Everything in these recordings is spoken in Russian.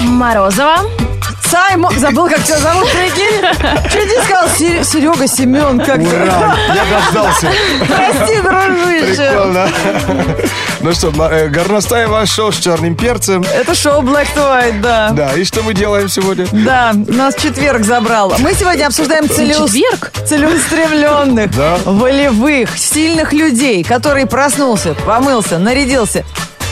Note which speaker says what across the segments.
Speaker 1: Морозова.
Speaker 2: Саймон, забыл, как тебя зовут, прикинь? Чуть не сказал Се- Серега Семен, как
Speaker 3: Ура! Я дождался.
Speaker 2: Прости, дружище.
Speaker 3: Прикольно. Ну что, э, горностаева шоу с черным перцем.
Speaker 2: Это шоу Black to White, да.
Speaker 3: Да, и что мы делаем сегодня?
Speaker 2: Да, нас четверг забрал. Мы сегодня обсуждаем целеус-
Speaker 1: Четверг?
Speaker 2: целеустремленных,
Speaker 3: Да.
Speaker 2: волевых, сильных людей, который проснулся, помылся, нарядился.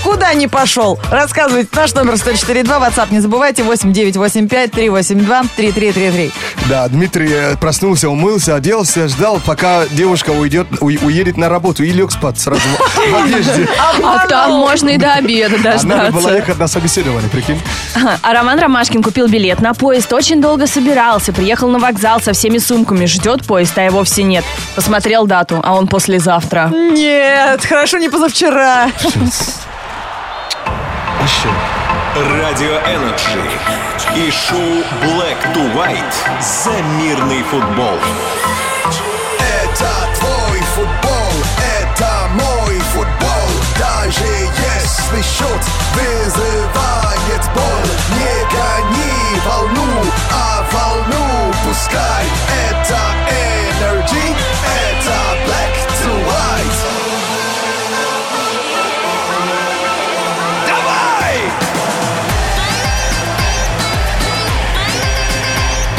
Speaker 2: Куда не пошел? Рассказывайте. Наш номер 104.2. WhatsApp не забывайте. 8985-382-3333.
Speaker 3: Да, Дмитрий э, проснулся, умылся, оделся, ждал, пока девушка уйдет, у- уедет на работу и лег спать сразу в одежде.
Speaker 1: А там можно и до обеда
Speaker 3: А надо было
Speaker 1: дождаться.
Speaker 3: ехать на собеседование, прикинь.
Speaker 1: Ага. А Роман Ромашкин купил билет на поезд, очень долго собирался, приехал на вокзал со всеми сумками, ждет поезд, а его вовсе нет. Посмотрел дату, а он послезавтра.
Speaker 2: Нет, хорошо не позавчера.
Speaker 3: Еще.
Speaker 4: Радио Энерджи и шоу Black to White за мирный футбол.
Speaker 5: Это твой футбол, это мой футбол. Даже если счет вызывает боль, не гони волну, а волну пускай. Это Energy, это Black to White. Давай!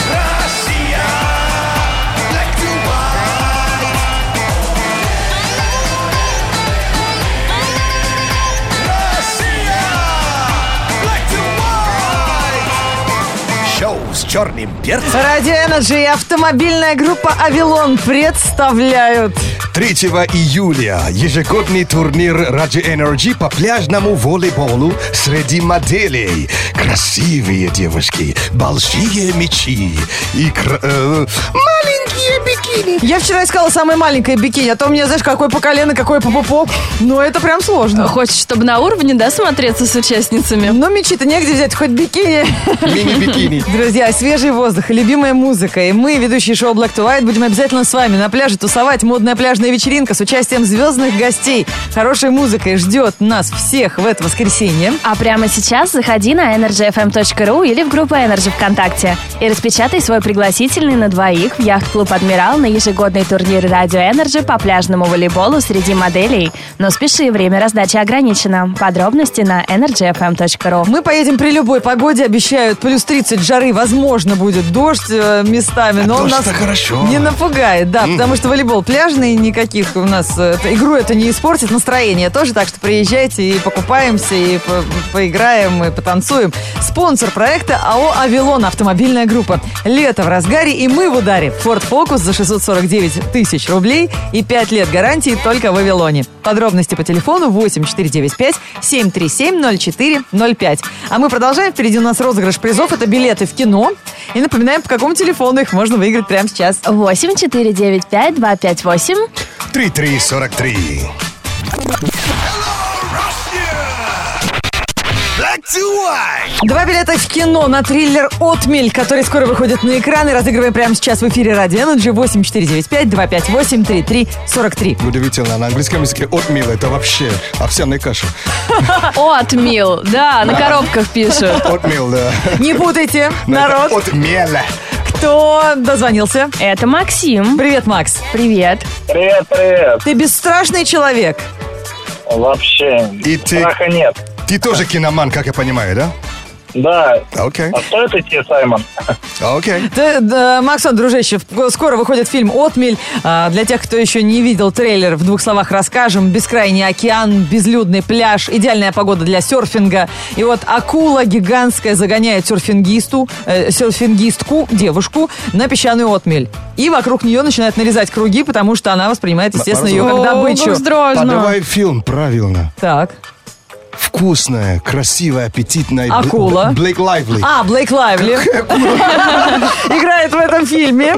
Speaker 5: Россия! Black to white! Россия! Black to white! Шоу с черным перцем.
Speaker 2: Радио Energy и автомобильная группа «Авилон» представляют.
Speaker 3: 3 июля ежегодный турнир Раджи Energy по пляжному волейболу среди моделей. Красивые девушки, большие мечи и кр- э, маленькие бикини.
Speaker 2: Я вчера искала самое маленькое бикини, а то мне, знаешь, какой по колено, какой по пупок. Но это прям сложно.
Speaker 1: Хочешь, чтобы на уровне, да, смотреться с участницами?
Speaker 2: Но мечи-то негде взять, хоть бикини.
Speaker 3: Мини-бикини.
Speaker 2: Друзья, свежий воздух и любимая музыка. И мы, ведущие шоу Black to White, будем обязательно с вами на пляже тусовать. Модная пляжная вечеринка с участием звездных гостей. Хорошей музыкой ждет нас всех в это воскресенье.
Speaker 1: А прямо сейчас заходи на energyfm.ru или в группу Energy ВКонтакте и распечатай свой пригласительный на двоих в яхт-клуб «Адмирал» на ежегодный турнир «Радио Energy по пляжному волейболу среди моделей. Но спеши, время раздачи ограничено. Подробности на energyfm.ru.
Speaker 2: Мы поедем при любой погоде, обещают. Плюс 30 жары, возможно, будет дождь э, местами. Но он
Speaker 3: А дождь-то
Speaker 2: нас
Speaker 3: хорошо.
Speaker 2: не напугает, да. Потому что волейбол пляжный, никаких у нас... э, т- игру это не испортит, настроение тоже. Так что приезжайте и покупаемся, и по- поиграем, и потанцуем. Спонсор проекта АО «Авилон» автомобильная группа. Лето в разгаре, и мы в ударе. Ford Focus за 649 тысяч рублей и 5 лет гарантии только в «Авилоне». Подробности по телефону 8495-737-0405. А мы продолжаем. Впереди у нас розыгрыш призов. Это билеты в кино. И напоминаем, по какому телефону их можно выиграть прямо сейчас.
Speaker 1: 8 4 9 5 2 5 8
Speaker 3: 3343.
Speaker 5: Black to white!
Speaker 2: Два билета в кино на триллер «Отмель», который скоро выходит на экраны. Разыгрываем прямо сейчас в эфире «Радио Энерджи» 8495-258-3343.
Speaker 3: Удивительно, на английском языке отмила это вообще овсяная каша.
Speaker 1: Отмил, да, на коробках пишут.
Speaker 3: Отмил, да.
Speaker 2: Не путайте, народ,
Speaker 3: Отмела.
Speaker 2: кто дозвонился.
Speaker 1: Это Максим.
Speaker 2: Привет, Макс.
Speaker 1: Привет.
Speaker 6: Привет, привет.
Speaker 2: Ты бесстрашный человек.
Speaker 6: Вообще,
Speaker 3: И ты-
Speaker 6: страха нет.
Speaker 3: Ты тоже киноман, как я понимаю, да?
Speaker 6: Да.
Speaker 3: Окей,
Speaker 6: А стоит идти, Саймон?
Speaker 3: окей.
Speaker 2: Ты, да, Максон, дружище, в- скоро выходит фильм «Отмель». А, Для тех, кто еще не видел трейлер, в двух словах расскажем. Бескрайний океан, безлюдный пляж, идеальная погода для серфинга. И вот акула гигантская загоняет серфингисту, э, серфингистку, девушку, на песчаную отмель. И вокруг нее начинает нарезать круги, потому что она воспринимает, естественно, ее как добычу.
Speaker 3: Подавай фильм правильно.
Speaker 2: Так.
Speaker 3: Вкусная, красивая, аппетитная.
Speaker 2: Акула.
Speaker 3: Блейк Лайвли.
Speaker 2: А, Блейк Лайвли. Играет в этом фильме.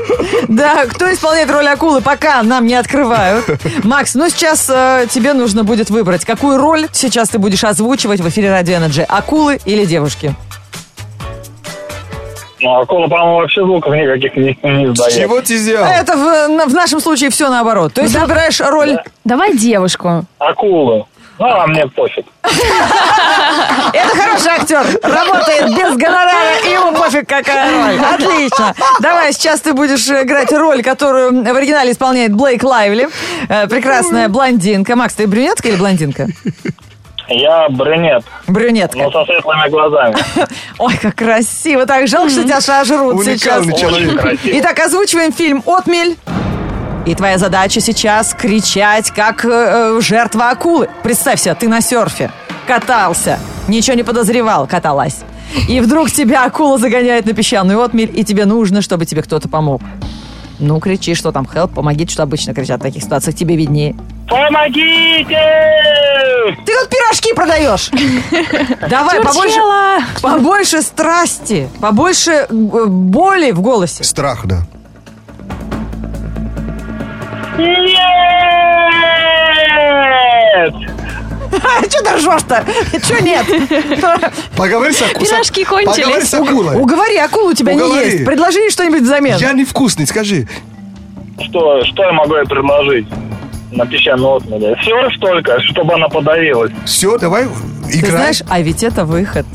Speaker 2: Да, кто исполняет роль акулы, пока нам не открывают. Макс, ну сейчас э, тебе нужно будет выбрать, какую роль сейчас ты будешь озвучивать в эфире Радио Energy. Акулы или девушки?
Speaker 6: Ну, акула, по-моему, вообще звуков никаких не, не издает.
Speaker 3: Чего ты сделал?
Speaker 2: Это в, на- в нашем случае все наоборот. То есть выбираешь роль...
Speaker 1: Давай девушку.
Speaker 6: Акула. Ну, а мне пофиг.
Speaker 2: Это хорошая актер работает без гонорара, и ему пофиг какая роль. Отлично. Давай, сейчас ты будешь играть роль, которую в оригинале исполняет Блейк Лайвли. Э, Прекрасная блондинка. Макс, ты брюнетка или блондинка?
Speaker 6: Я брюнет,
Speaker 2: Брюнетка.
Speaker 6: но со светлыми глазами.
Speaker 2: Ой, как красиво. Так жалко, что тебя шажрут сейчас.
Speaker 3: Уникальный человек.
Speaker 2: Итак, озвучиваем фильм «Отмель». И твоя задача сейчас кричать, как э, э, жертва акулы. Представь себе, ты на серфе, катался, ничего не подозревал, каталась. И вдруг тебя акула загоняет на песчаную отмель, и тебе нужно, чтобы тебе кто-то помог. Ну, кричи, что там, help, помогите, что обычно кричат в таких ситуациях, тебе виднее.
Speaker 6: Помогите!
Speaker 2: Ты тут пирожки продаешь. Давай, побольше, побольше страсти, побольше э, боли в голосе.
Speaker 3: Страх, да.
Speaker 6: Нет!
Speaker 2: Че А ты ржешь-то? Че нет?
Speaker 3: Поговори с акулой.
Speaker 1: Пирожки
Speaker 3: Поговори
Speaker 1: кончились.
Speaker 3: с акулой.
Speaker 2: Уговори, акулу у тебя не
Speaker 3: Уговори.
Speaker 2: есть. Предложи ей что-нибудь взамен.
Speaker 3: Я невкусный, скажи.
Speaker 6: Что, что я могу ей предложить? На песчаную отмель. Серф только, чтобы она подавилась.
Speaker 3: Все, давай,
Speaker 2: Ты
Speaker 3: играй.
Speaker 2: знаешь, а ведь это выход.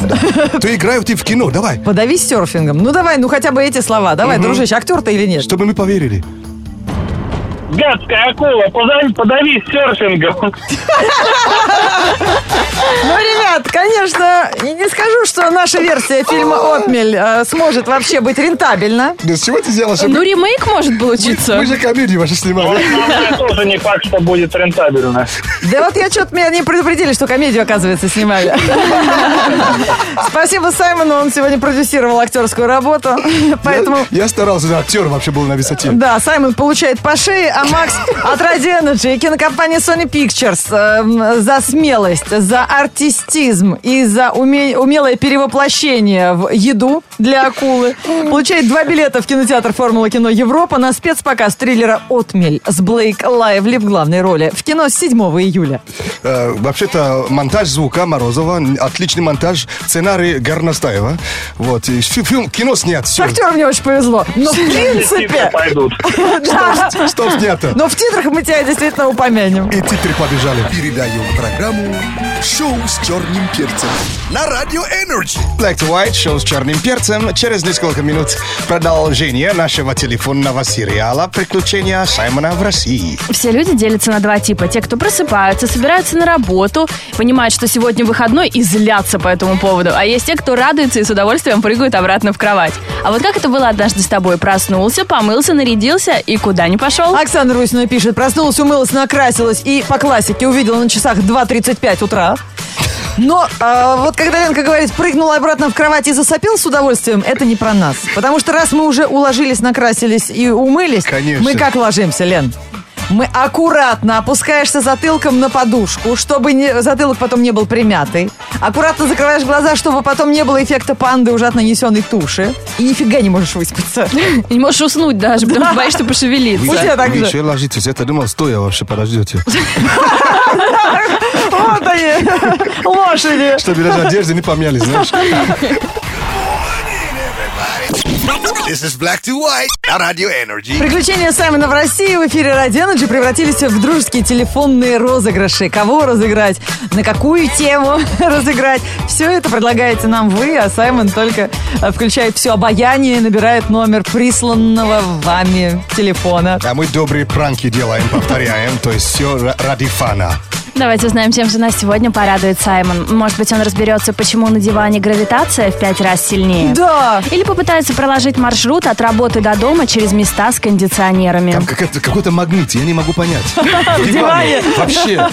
Speaker 3: Ты играй, ты в кино, давай.
Speaker 2: Подавись серфингом. Ну давай, ну хотя бы эти слова. Давай, дружище, актер ты или нет?
Speaker 3: Чтобы мы поверили.
Speaker 6: Гадская акула, подави, подави серфингом.
Speaker 2: Ну, ребят, конечно, и не скажу, что наша версия фильма «Отмель» э, сможет вообще быть рентабельна.
Speaker 3: Да с чего ты сделала, что
Speaker 1: Ну, ремейк может
Speaker 2: Ну,
Speaker 1: получиться.
Speaker 3: мы же комедию ваши снимали.
Speaker 6: Она тоже не факт, что будет рентабельно.
Speaker 2: Да вот я что-то меня не предупредили, что комедию, оказывается, снимали. Спасибо Саймону, он сегодня продюсировал актерскую работу. Поэтому...
Speaker 3: Я старался, да, актер вообще был на высоте.
Speaker 2: Да, Саймон получает по шее, а Макс от Radio Energy и кинокомпании Sony Pictures эм, за смелость, за артистизм и за уме- умелое перевоплощение в еду для акулы получает два билета в кинотеатр «Формула кино Европа» на спецпоказ триллера «Отмель» с Блейк Лайвли в главной роли в кино с 7 июля.
Speaker 3: Э, Вообще-то монтаж звука Морозова, отличный монтаж, сценарий Горностаева. Вот, и фи- фильм, кино снят,
Speaker 2: С
Speaker 3: все.
Speaker 2: актером мне очень повезло. Но в принципе...
Speaker 6: пойдут.
Speaker 2: да.
Speaker 3: Что снято?
Speaker 2: Но в титрах мы тебя действительно упомянем.
Speaker 3: И титры побежали.
Speaker 5: Передаем программу «Шоу с черным перцем» на Радио Энерджи.
Speaker 3: Black to White, шоу с черным перцем. Через несколько минут продолжение нашего телефонного сериала «Приключения Саймона в России».
Speaker 1: Все люди делятся на два типа. Те, кто просыпаются, собираются на работу, понимают, что сегодня выходной и злятся по этому поводу. А есть те, кто радуется и с удовольствием прыгают обратно в кровать. А вот как это было однажды с тобой? Проснулся, помылся, нарядился и куда не пошел?
Speaker 2: Оксана Русина пишет, проснулась, умылась, накрасилась и по классике увидела на часах 2.35 утра. Но э, вот когда Ленка говорит, прыгнула обратно в кровать и засопил с удовольствием, это не про нас. Потому что раз мы уже уложились, накрасились и умылись,
Speaker 3: Конечно.
Speaker 2: мы как ложимся, Лен? Мы аккуратно опускаешься затылком на подушку, чтобы не- затылок потом не был примятый. Аккуратно закрываешь глаза, чтобы потом не было эффекта панды уже от нанесенной туши. И нифига не можешь выспаться.
Speaker 1: И Не можешь уснуть даже, потому что боишься
Speaker 3: Вы,
Speaker 1: пошевелиться.
Speaker 2: У тебя так
Speaker 3: вы
Speaker 2: же.
Speaker 3: еще ложитесь. Я-то думал, стоя вообще подождете.
Speaker 2: Вот они, лошади.
Speaker 3: Чтобы даже одежды не помялись, знаешь.
Speaker 5: This is Black to White на Радио Энерджи.
Speaker 2: Приключения Саймона в России в эфире Радионеджи превратились в дружеские телефонные розыгрыши. Кого разыграть, на какую тему разыграть. Все это предлагаете нам вы, а Саймон только э, включает все обаяние и набирает номер присланного вами телефона.
Speaker 3: А мы добрые пранки делаем, повторяем. То есть все ради фана.
Speaker 1: Давайте узнаем, чем же нас сегодня порадует Саймон. Может быть, он разберется, почему на диване гравитация в пять раз сильнее.
Speaker 2: Да,
Speaker 1: Или попытается проложить маршрут от работы до дома через места с кондиционерами.
Speaker 3: Там какая-то- какой-то магнит, я не могу понять. В
Speaker 2: диване.
Speaker 3: Вообще.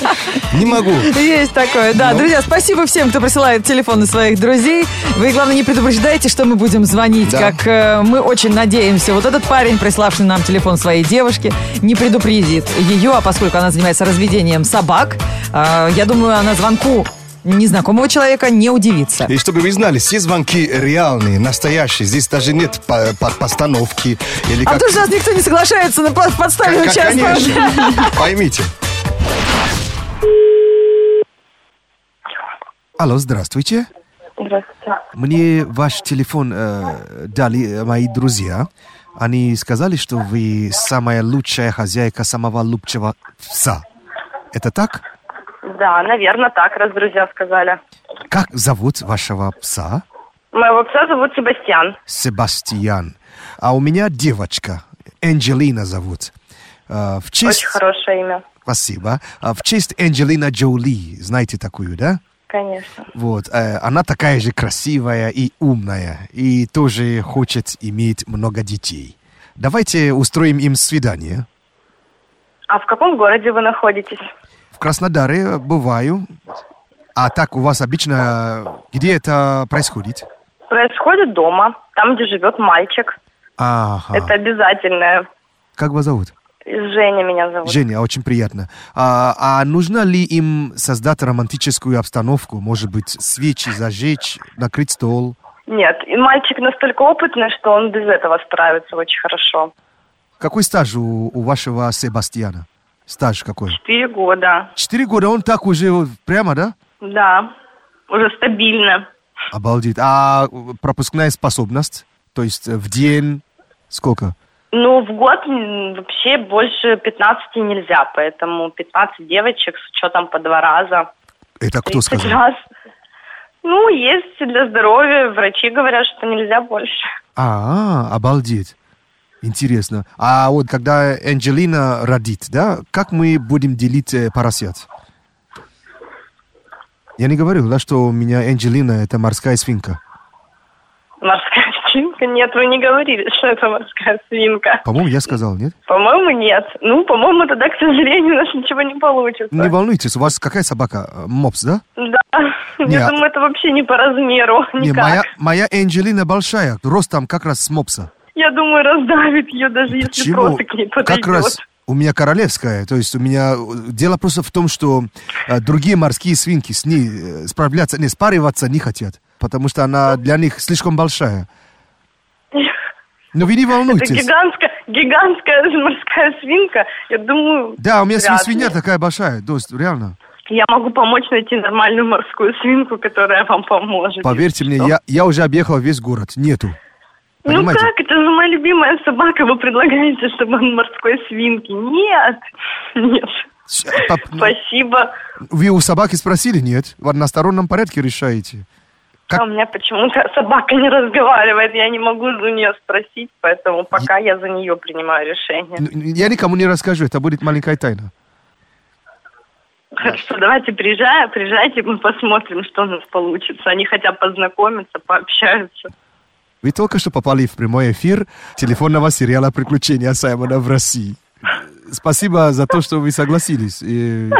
Speaker 3: Не могу.
Speaker 2: Есть такое,
Speaker 3: Ну.
Speaker 2: да. Друзья, спасибо всем, кто присылает телефоны своих друзей. Вы, главное, не предупреждайте, что мы будем звонить,
Speaker 3: Да.
Speaker 2: как э, мы очень надеемся. Вот этот парень, приславший нам телефон своей девушки, не предупредит ее, а поскольку она занимается разведением собак, э, я думаю, она звонку незнакомого человека не удивится.
Speaker 3: И чтобы вы знали, все звонки реальные, настоящие. Здесь даже нет по- по- постановки. Или
Speaker 2: А
Speaker 3: как-
Speaker 2: то, что нас никто не соглашается на по- подставленную
Speaker 3: Как-
Speaker 2: часть.
Speaker 3: конечно. Поймите. Алло, здравствуйте.
Speaker 7: Здравствуйте.
Speaker 3: Мне ваш телефон э, дали э, мои друзья. Они сказали, что вы самая лучшая хозяйка самого лучшего пса. Это так?
Speaker 7: Да, наверное, так, раз друзья сказали.
Speaker 3: Как зовут вашего пса?
Speaker 7: Моего пса зовут Себастьян.
Speaker 3: Себастьян. А у меня девочка. Анджелина зовут. Э, В честь...
Speaker 7: Очень хорошее имя,
Speaker 3: Спасибо. А, В честь Анджелина Джоли. Знаете такую, да?
Speaker 7: конечно.
Speaker 3: Вот. э, Она такая же красивая и умная. И тоже хочет иметь много детей. Давайте устроим им свидание.
Speaker 7: А в каком городе вы находитесь?
Speaker 3: В Краснодаре бываю. А так у вас обычно э, где это происходит?
Speaker 7: Происходит дома, там, где живет мальчик.
Speaker 3: Ага.
Speaker 7: Это обязательное.
Speaker 3: Как вас зовут?
Speaker 7: Женя меня зовут.
Speaker 3: Женя, очень приятно. А, а нужно ли им создать романтическую обстановку? Может быть, свечи зажечь, накрыть стол?
Speaker 7: Нет, и мальчик настолько опытный, что он без этого справится очень хорошо.
Speaker 3: Какой стаж у, у вашего Себастьяна? Стаж какой?
Speaker 7: Четыре года,
Speaker 3: Четыре года, он так уже вот прямо, да?
Speaker 7: да, уже стабильно.
Speaker 3: Обалдеть. А пропускная способность? То есть э, в день сколько?
Speaker 7: Ну, в год м, вообще больше 15 нельзя, поэтому 15 девочек с учетом по два раза.
Speaker 3: Это кто
Speaker 7: 30
Speaker 3: сказал?
Speaker 7: раз. Ну, есть для здоровья, врачи говорят, что нельзя больше.
Speaker 3: А, обалдеть. Интересно. А вот когда Анджелина родит, да, как мы будем делить э, поросят? Я не говорил, да, что у меня Анджелина – это морская свинка.
Speaker 7: Морская свинка? Нет, вы не говорили, что это морская свинка.
Speaker 3: По-моему, я сказал, нет?
Speaker 7: По-моему, нет. Ну, по-моему, тогда, к сожалению, у нас ничего не получится.
Speaker 3: Не волнуйтесь, у вас какая собака? Э, Мопс, да?
Speaker 7: Да,
Speaker 3: Нет.
Speaker 7: я думаю, это вообще не по размеру никак.
Speaker 3: Не, моя, моя Анджелина большая, ростом как раз с мопса.
Speaker 7: Я думаю, раздавит ее, даже если
Speaker 3: Почему?
Speaker 7: просто к ней подойдет.
Speaker 3: Как раз у меня королевская, то есть у меня э, дело просто в том, что э, другие морские свинки с ней э, справляться, не спариваться не хотят, потому что она для них слишком большая. Но вы не
Speaker 7: Это
Speaker 3: волнуйтесь.
Speaker 7: гигантская, гигантская морская свинка. Я думаю,
Speaker 3: Да, у меня сви-
Speaker 7: вряд ли.
Speaker 3: свинья такая большая, то есть реально.
Speaker 7: Я могу помочь найти нормальную морскую свинку, которая вам поможет.
Speaker 3: Поверьте мне,
Speaker 7: Что?
Speaker 3: я, я уже объехал весь город, нету.
Speaker 7: Ну
Speaker 3: Понимаете?
Speaker 7: как, это же моя любимая собака, вы предлагаете, чтобы он морской свинки. Нет, нет,
Speaker 3: Щ- пап- ну,
Speaker 7: спасибо. А
Speaker 3: Вы у собаки спросили, нет? В одностороннем порядке решаете. Как-
Speaker 7: А у меня почему-то собака не разговаривает, я не могу за нее спросить, поэтому пока я за нее принимаю решение.
Speaker 3: Н- н- Я никому не расскажу, это будет маленькая тайна.
Speaker 7: Хорошо, давайте приезжай, приезжайте, мы посмотрим, что у нас получится. Они хотят познакомиться, пообщаются.
Speaker 3: Вы только что попали в прямой эфир телефонного сериала «Приключения Саймона в России». Спасибо за то, что вы согласились. И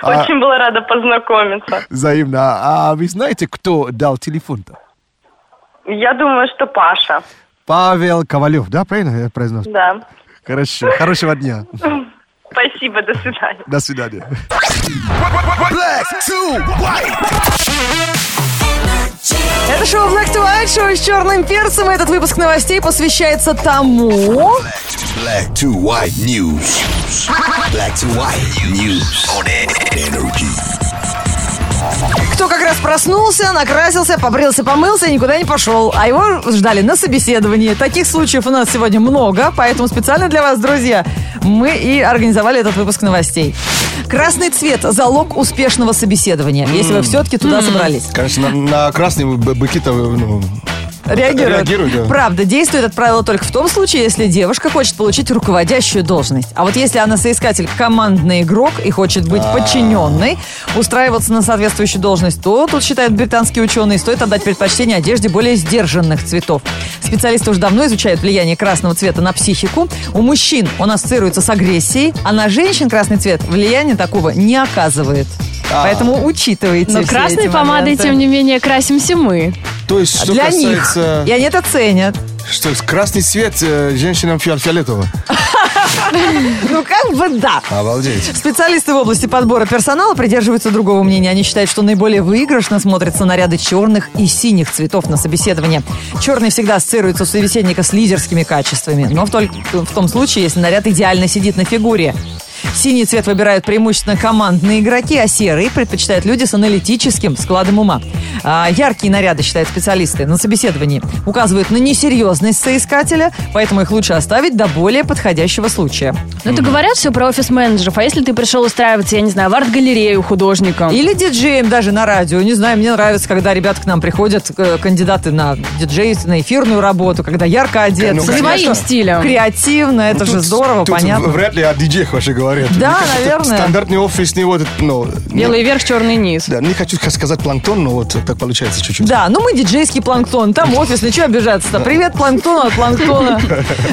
Speaker 3: А-
Speaker 7: Очень была рада познакомиться.
Speaker 3: взаимно. А вы знаете, кто дал телефон-то?
Speaker 7: Я думаю, что Паша,
Speaker 3: Павел Ковалев, да, правильно я произнес?
Speaker 7: да.
Speaker 3: Хорошо. Хорошего дня.
Speaker 7: Спасибо, до свидания.
Speaker 3: До свидания.
Speaker 8: Black to white.
Speaker 2: Это шоу Black to White, шоу с черным перцем. И Этот выпуск новостей посвящается тому...
Speaker 8: Black to white news. Black to white news on energy.
Speaker 2: кто как раз проснулся, накрасился, побрился, помылся и никуда не пошел. А его ждали на собеседовании. Таких случаев у нас сегодня много, поэтому специально для вас, друзья, мы и организовали этот выпуск новостей. Красный цвет – залог успешного собеседования, если вы все-таки туда собрались.
Speaker 5: Конечно, на, на красный бы- быки-то, ну,
Speaker 2: Реагируют.
Speaker 5: Реагируют, да.
Speaker 2: Правда, действует это правило только в том случае, если девушка хочет получить руководящую должность. А вот если она соискатель, командный игрок и хочет
Speaker 5: А.
Speaker 2: быть подчиненной, устраиваться на соответствующую должность, то, тут считают британские ученые, стоит отдать предпочтение одежде более сдержанных цветов. Специалисты уже давно изучают влияние красного цвета на психику. У мужчин он ассоциируется с агрессией, а на женщин красный цвет влияния такого не оказывает.
Speaker 5: А.
Speaker 2: Поэтому учитывайте
Speaker 1: Но
Speaker 2: все
Speaker 1: красной
Speaker 2: эти
Speaker 1: помадой,
Speaker 2: моменты.
Speaker 1: тем не менее, красимся мы.
Speaker 5: то есть, что
Speaker 2: Для
Speaker 5: касается...
Speaker 2: них. И они это ценят.
Speaker 5: Что, красный цвет э, женщинам фиол- фиолетового?
Speaker 2: Ну, как бы да.
Speaker 5: Обалдеть.
Speaker 2: Специалисты в области подбора персонала придерживаются другого мнения. Они считают, что наиболее выигрышно смотрятся наряды черных и синих цветов на собеседование. Черный всегда ассоциируется у собеседника с лидерскими качествами, но в, толь- в том случае, если наряд идеально сидит на фигуре. Синий цвет выбирают преимущественно командные игроки, а серый предпочитают люди с аналитическим складом ума. А, яркие наряды, считают специалисты, на собеседовании указывают на несерьезность соискателя, поэтому их лучше оставить до более подходящего случая.
Speaker 1: Ну, это говорят все про офис-менеджеров. А если ты пришел устраиваться, я не знаю, в арт-галерею художником?
Speaker 2: Или диджеем даже на радио. Не знаю, мне нравится, когда ребята к нам приходят, э, кандидаты на диджей, на эфирную работу, когда ярко одеты.
Speaker 5: Ну,
Speaker 1: Своим
Speaker 2: Знаешь, что
Speaker 1: стилем.
Speaker 2: Креативно, это же
Speaker 5: Тут-
Speaker 2: здорово,
Speaker 5: тут
Speaker 2: понятно.
Speaker 5: Вряд ли о диджеях вообще говорят.
Speaker 2: Да,
Speaker 5: Мне кажется,
Speaker 2: наверное.
Speaker 5: Стандартный офисный вот, этот, ну...
Speaker 9: Белый верх, черный низ.
Speaker 5: Да, не хочу сказать планктон, но вот так получается чуть-чуть.
Speaker 2: Да, ну мы диджейский планктон, там офис, на чего обижаться-то? Привет планктону от планктона.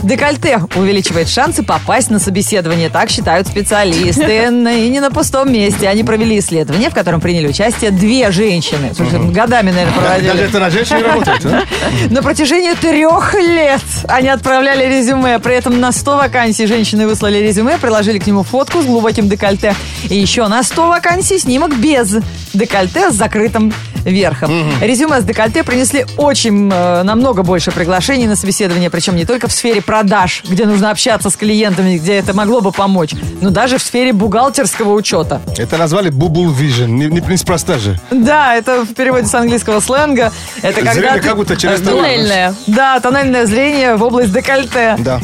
Speaker 2: Декольте увеличивает шансы попасть на собеседование, так считают специалисты. Но И не на пустом месте. Они провели исследование, в котором приняли участие две женщины. Слушай, годами, наверное,
Speaker 5: Даже
Speaker 2: проводили.
Speaker 5: это на женщине работает, а?
Speaker 2: На протяжении трех лет они отправляли резюме. При этом на 100 вакансий женщины выслали резюме, приложили к нему фотку с глубоким декольте. И еще на 100 вакансий снимок без декольте с закрытым верхом. Резюме с декольте принесли очень э, намного больше приглашений на собеседование, причем не только в сфере продаж, где нужно общаться с клиентами, где это могло бы помочь, но даже в сфере бухгалтерского учета.
Speaker 5: Это назвали Бубул Vision. Не, не, неспроста же.
Speaker 2: Да, это в переводе с английского сленга. Это когда
Speaker 5: Зрение
Speaker 2: ты-
Speaker 5: как будто через
Speaker 2: э,
Speaker 5: товар.
Speaker 9: Туннельная.
Speaker 2: да, тоннельное зрение в область декольте.
Speaker 5: Да.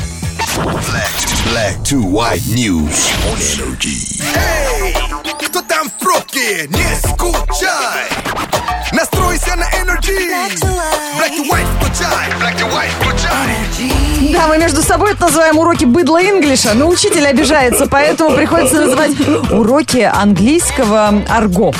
Speaker 8: Black to, black to white news on energy.
Speaker 10: Кто там в пробке? Не скучай! Настройся на энергии! Black to white включай! Black to white включай!
Speaker 2: Да, мы между собой это называем уроки быдла инглиша, но учитель обижается, поэтому приходится называть уроки английского арго.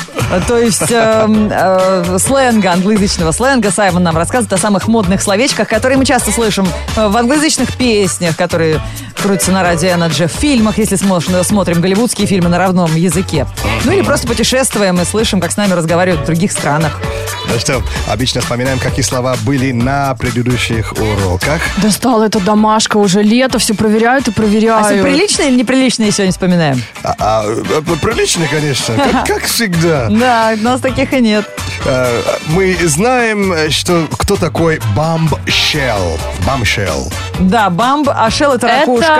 Speaker 2: То есть эм, э, сленга, англоязычного сленга. Саймон нам рассказывает о самых модных словечках, которые мы часто слышим э, в англоязычных песнях, которые крутятся на радио Energy, в фильмах, если смо- смотрим голливудские фильмы на родном языке. Ну или просто путешествуем и слышим, как с нами разговаривают в других странах.
Speaker 5: Ну что, обычно вспоминаем, какие слова были на предыдущих уроках.
Speaker 9: Достала эта домашка уже лето, все проверяют и
Speaker 2: А
Speaker 9: проверяют.
Speaker 2: сегодня приличные или неприличные сегодня вспоминаем?
Speaker 5: А, а, э, прилично, конечно, как, как всегда.
Speaker 2: Да, у нас таких и нет.
Speaker 5: Э, Мы знаем, э, что кто такой бамбшелл. Бамбшелл.
Speaker 2: Да, бамб, а шел это ракушка.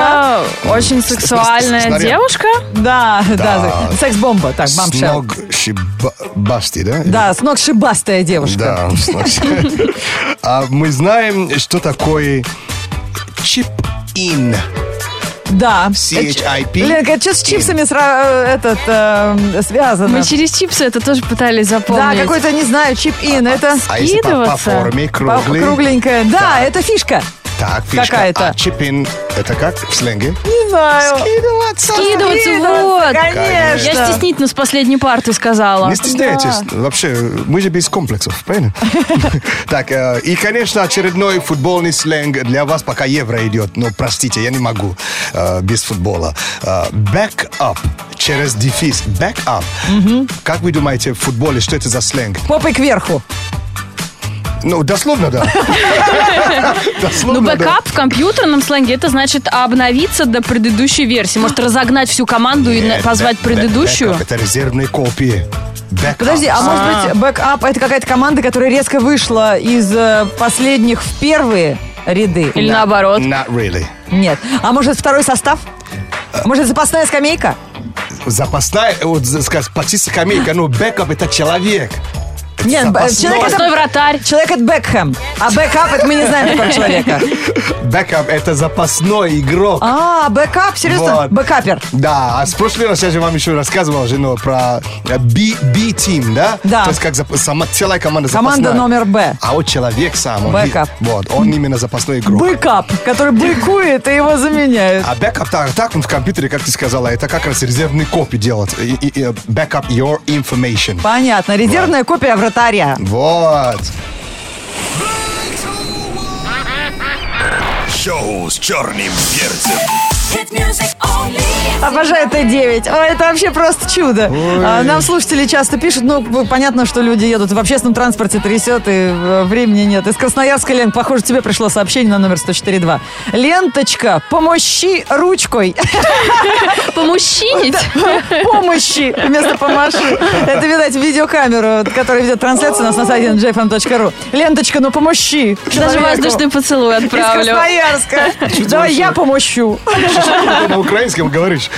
Speaker 9: Это очень сексуальная
Speaker 5: Снаряд.
Speaker 9: девушка.
Speaker 2: Да, да,
Speaker 5: Да.
Speaker 2: секс-бомба, так, бамб
Speaker 5: С
Speaker 2: шел.
Speaker 5: ног шиба- басти, да?
Speaker 2: Да, с ног шибастая девушка.
Speaker 5: Да, с ног ши- А мы знаем, что такое чип-ин.
Speaker 2: Да.
Speaker 5: C-H-I-P.
Speaker 2: Ленка, это что с чипсами сра- э, этот, э, связано?
Speaker 9: Мы через чипсы это тоже пытались
Speaker 2: Да,
Speaker 9: запомнить.
Speaker 2: какой-то, не знаю, чип-ин, это
Speaker 5: А если по- по
Speaker 9: Скидываться.
Speaker 5: форме
Speaker 2: по-
Speaker 5: круглый,
Speaker 2: кругленькая. Да, это фишка.
Speaker 5: так, фишка.
Speaker 2: какая-то.
Speaker 5: А чип-ин, это как в сленге?
Speaker 2: Не знаю.
Speaker 5: Скидываться.
Speaker 9: Скидываться, вот.
Speaker 2: Конечно.
Speaker 9: Я стеснительно с последней парты сказала.
Speaker 5: Не стесняйтесь. Вообще, мы же без комплексов, правильно? Так, э, и, конечно, очередной футбольный сленг для вас, пока евро идет. Но, простите, я не могу э, без футбола. Э, Back up через дефис. Back up. Как вы думаете в футболе, что это за сленг?
Speaker 2: Попой кверху.
Speaker 5: Ну, дословно, да.
Speaker 9: Ну,
Speaker 5: Дословно, да.
Speaker 9: бэкап в компьютерном сленге это значит обновиться до предыдущей версии. Может, разогнать всю команду и на-
Speaker 5: Нет,
Speaker 9: позвать
Speaker 5: бэк- бэк-
Speaker 9: предыдущую.
Speaker 5: backup Это резервные копии. Back up.
Speaker 2: Подожди, а, может быть, бэкап это какая-то команда, которая резко вышла из э, последних в первые ряды?
Speaker 9: Или наоборот.
Speaker 5: Not really.
Speaker 2: Нет. А может, второй состав? Может, запасная скамейка?
Speaker 5: Запасная, вот, скажем, почти скамейка, но бэкап это человек. Это
Speaker 2: Нет, б-
Speaker 5: запасной.
Speaker 2: человек это...
Speaker 9: Запасной вратарь.
Speaker 2: Человек это Бекхэм, а бэкап это мы не знаем такого человека.
Speaker 5: Бэкап – это запасной игрок.
Speaker 2: А, бэкап, серьезно?
Speaker 5: Вот.
Speaker 2: Бэкапер.
Speaker 5: Да, а с прошлый раз я же вам еще рассказывал, Жено, про B-тим, да?
Speaker 2: Да.
Speaker 5: То есть как зап- сама, целая команда
Speaker 2: Команда
Speaker 5: запасная.
Speaker 2: номер Б.
Speaker 5: А вот человек сам, он,
Speaker 2: Бэкап.
Speaker 5: и- вот, он именно запасной игрок.
Speaker 2: Бэкап, который быкует и его заменяют.
Speaker 5: А бэкап, так, так он в компьютере, как ты сказала, это как раз резервный копий делать. И- и- и Backup your information.
Speaker 2: Понятно, резервная копия вратаря.
Speaker 5: Вот.
Speaker 8: Шоу с черным перцем.
Speaker 2: Обожаю Т9. Ой, это вообще просто чудо. А, Нам слушатели часто пишут, ну, вы- понятно, что люди едут в общественном транспорте, трясет, и э, времени нет. Из Красноярска, Лен, похоже, тебе пришло сообщение на номер 104.2. Ленточка, помощи ручкой.
Speaker 9: Помущинить?
Speaker 2: Помощи вместо помаши. Это, видать, видеокамеру, которая ведет трансляцию у нас на сайте njfm.ru. Ленточка, ну помощи.
Speaker 9: Даже
Speaker 2: человеку.
Speaker 9: воздушный поцелуй
Speaker 2: Из
Speaker 9: отправлю.
Speaker 2: Красноярска. Давай я помощу.
Speaker 5: Ты на украинском говоришь.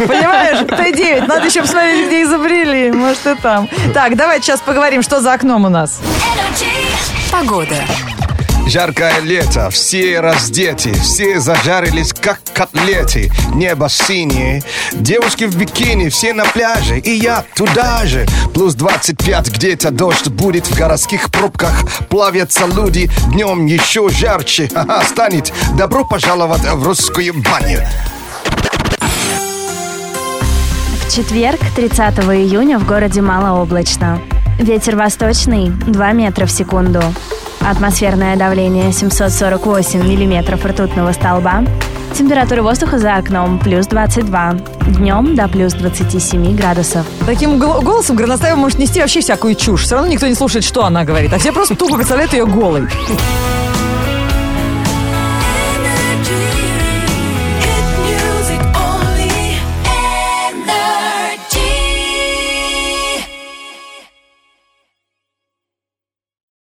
Speaker 2: Понимаешь, Т9, надо еще посмотреть, где изобрели. Может, и там. Так, давайте сейчас поговорим, что за окном у нас.
Speaker 11: Погода.
Speaker 5: Жаркое лето, все раздеты, все зажарились, как котлеты. Небо синее, девушки в бикини, все на пляже, и я туда же. Плюс 25 где-то дождь будет в городских пробках. Плавятся люди, днем еще жарче. Ага, станет. Добро пожаловать в русскую баню.
Speaker 12: В четверг, 30 июня, в городе малооблачно. Ветер восточный 2 метра в секунду. Атмосферное давление 748 миллиметров ртутного столба. Температура воздуха за окном плюс 22. Днем до плюс 27 градусов.
Speaker 2: Таким гл- голосом Горностаева может нести вообще всякую чушь. Все равно никто не слушает, что она говорит. А все просто тупо представляют ее голой.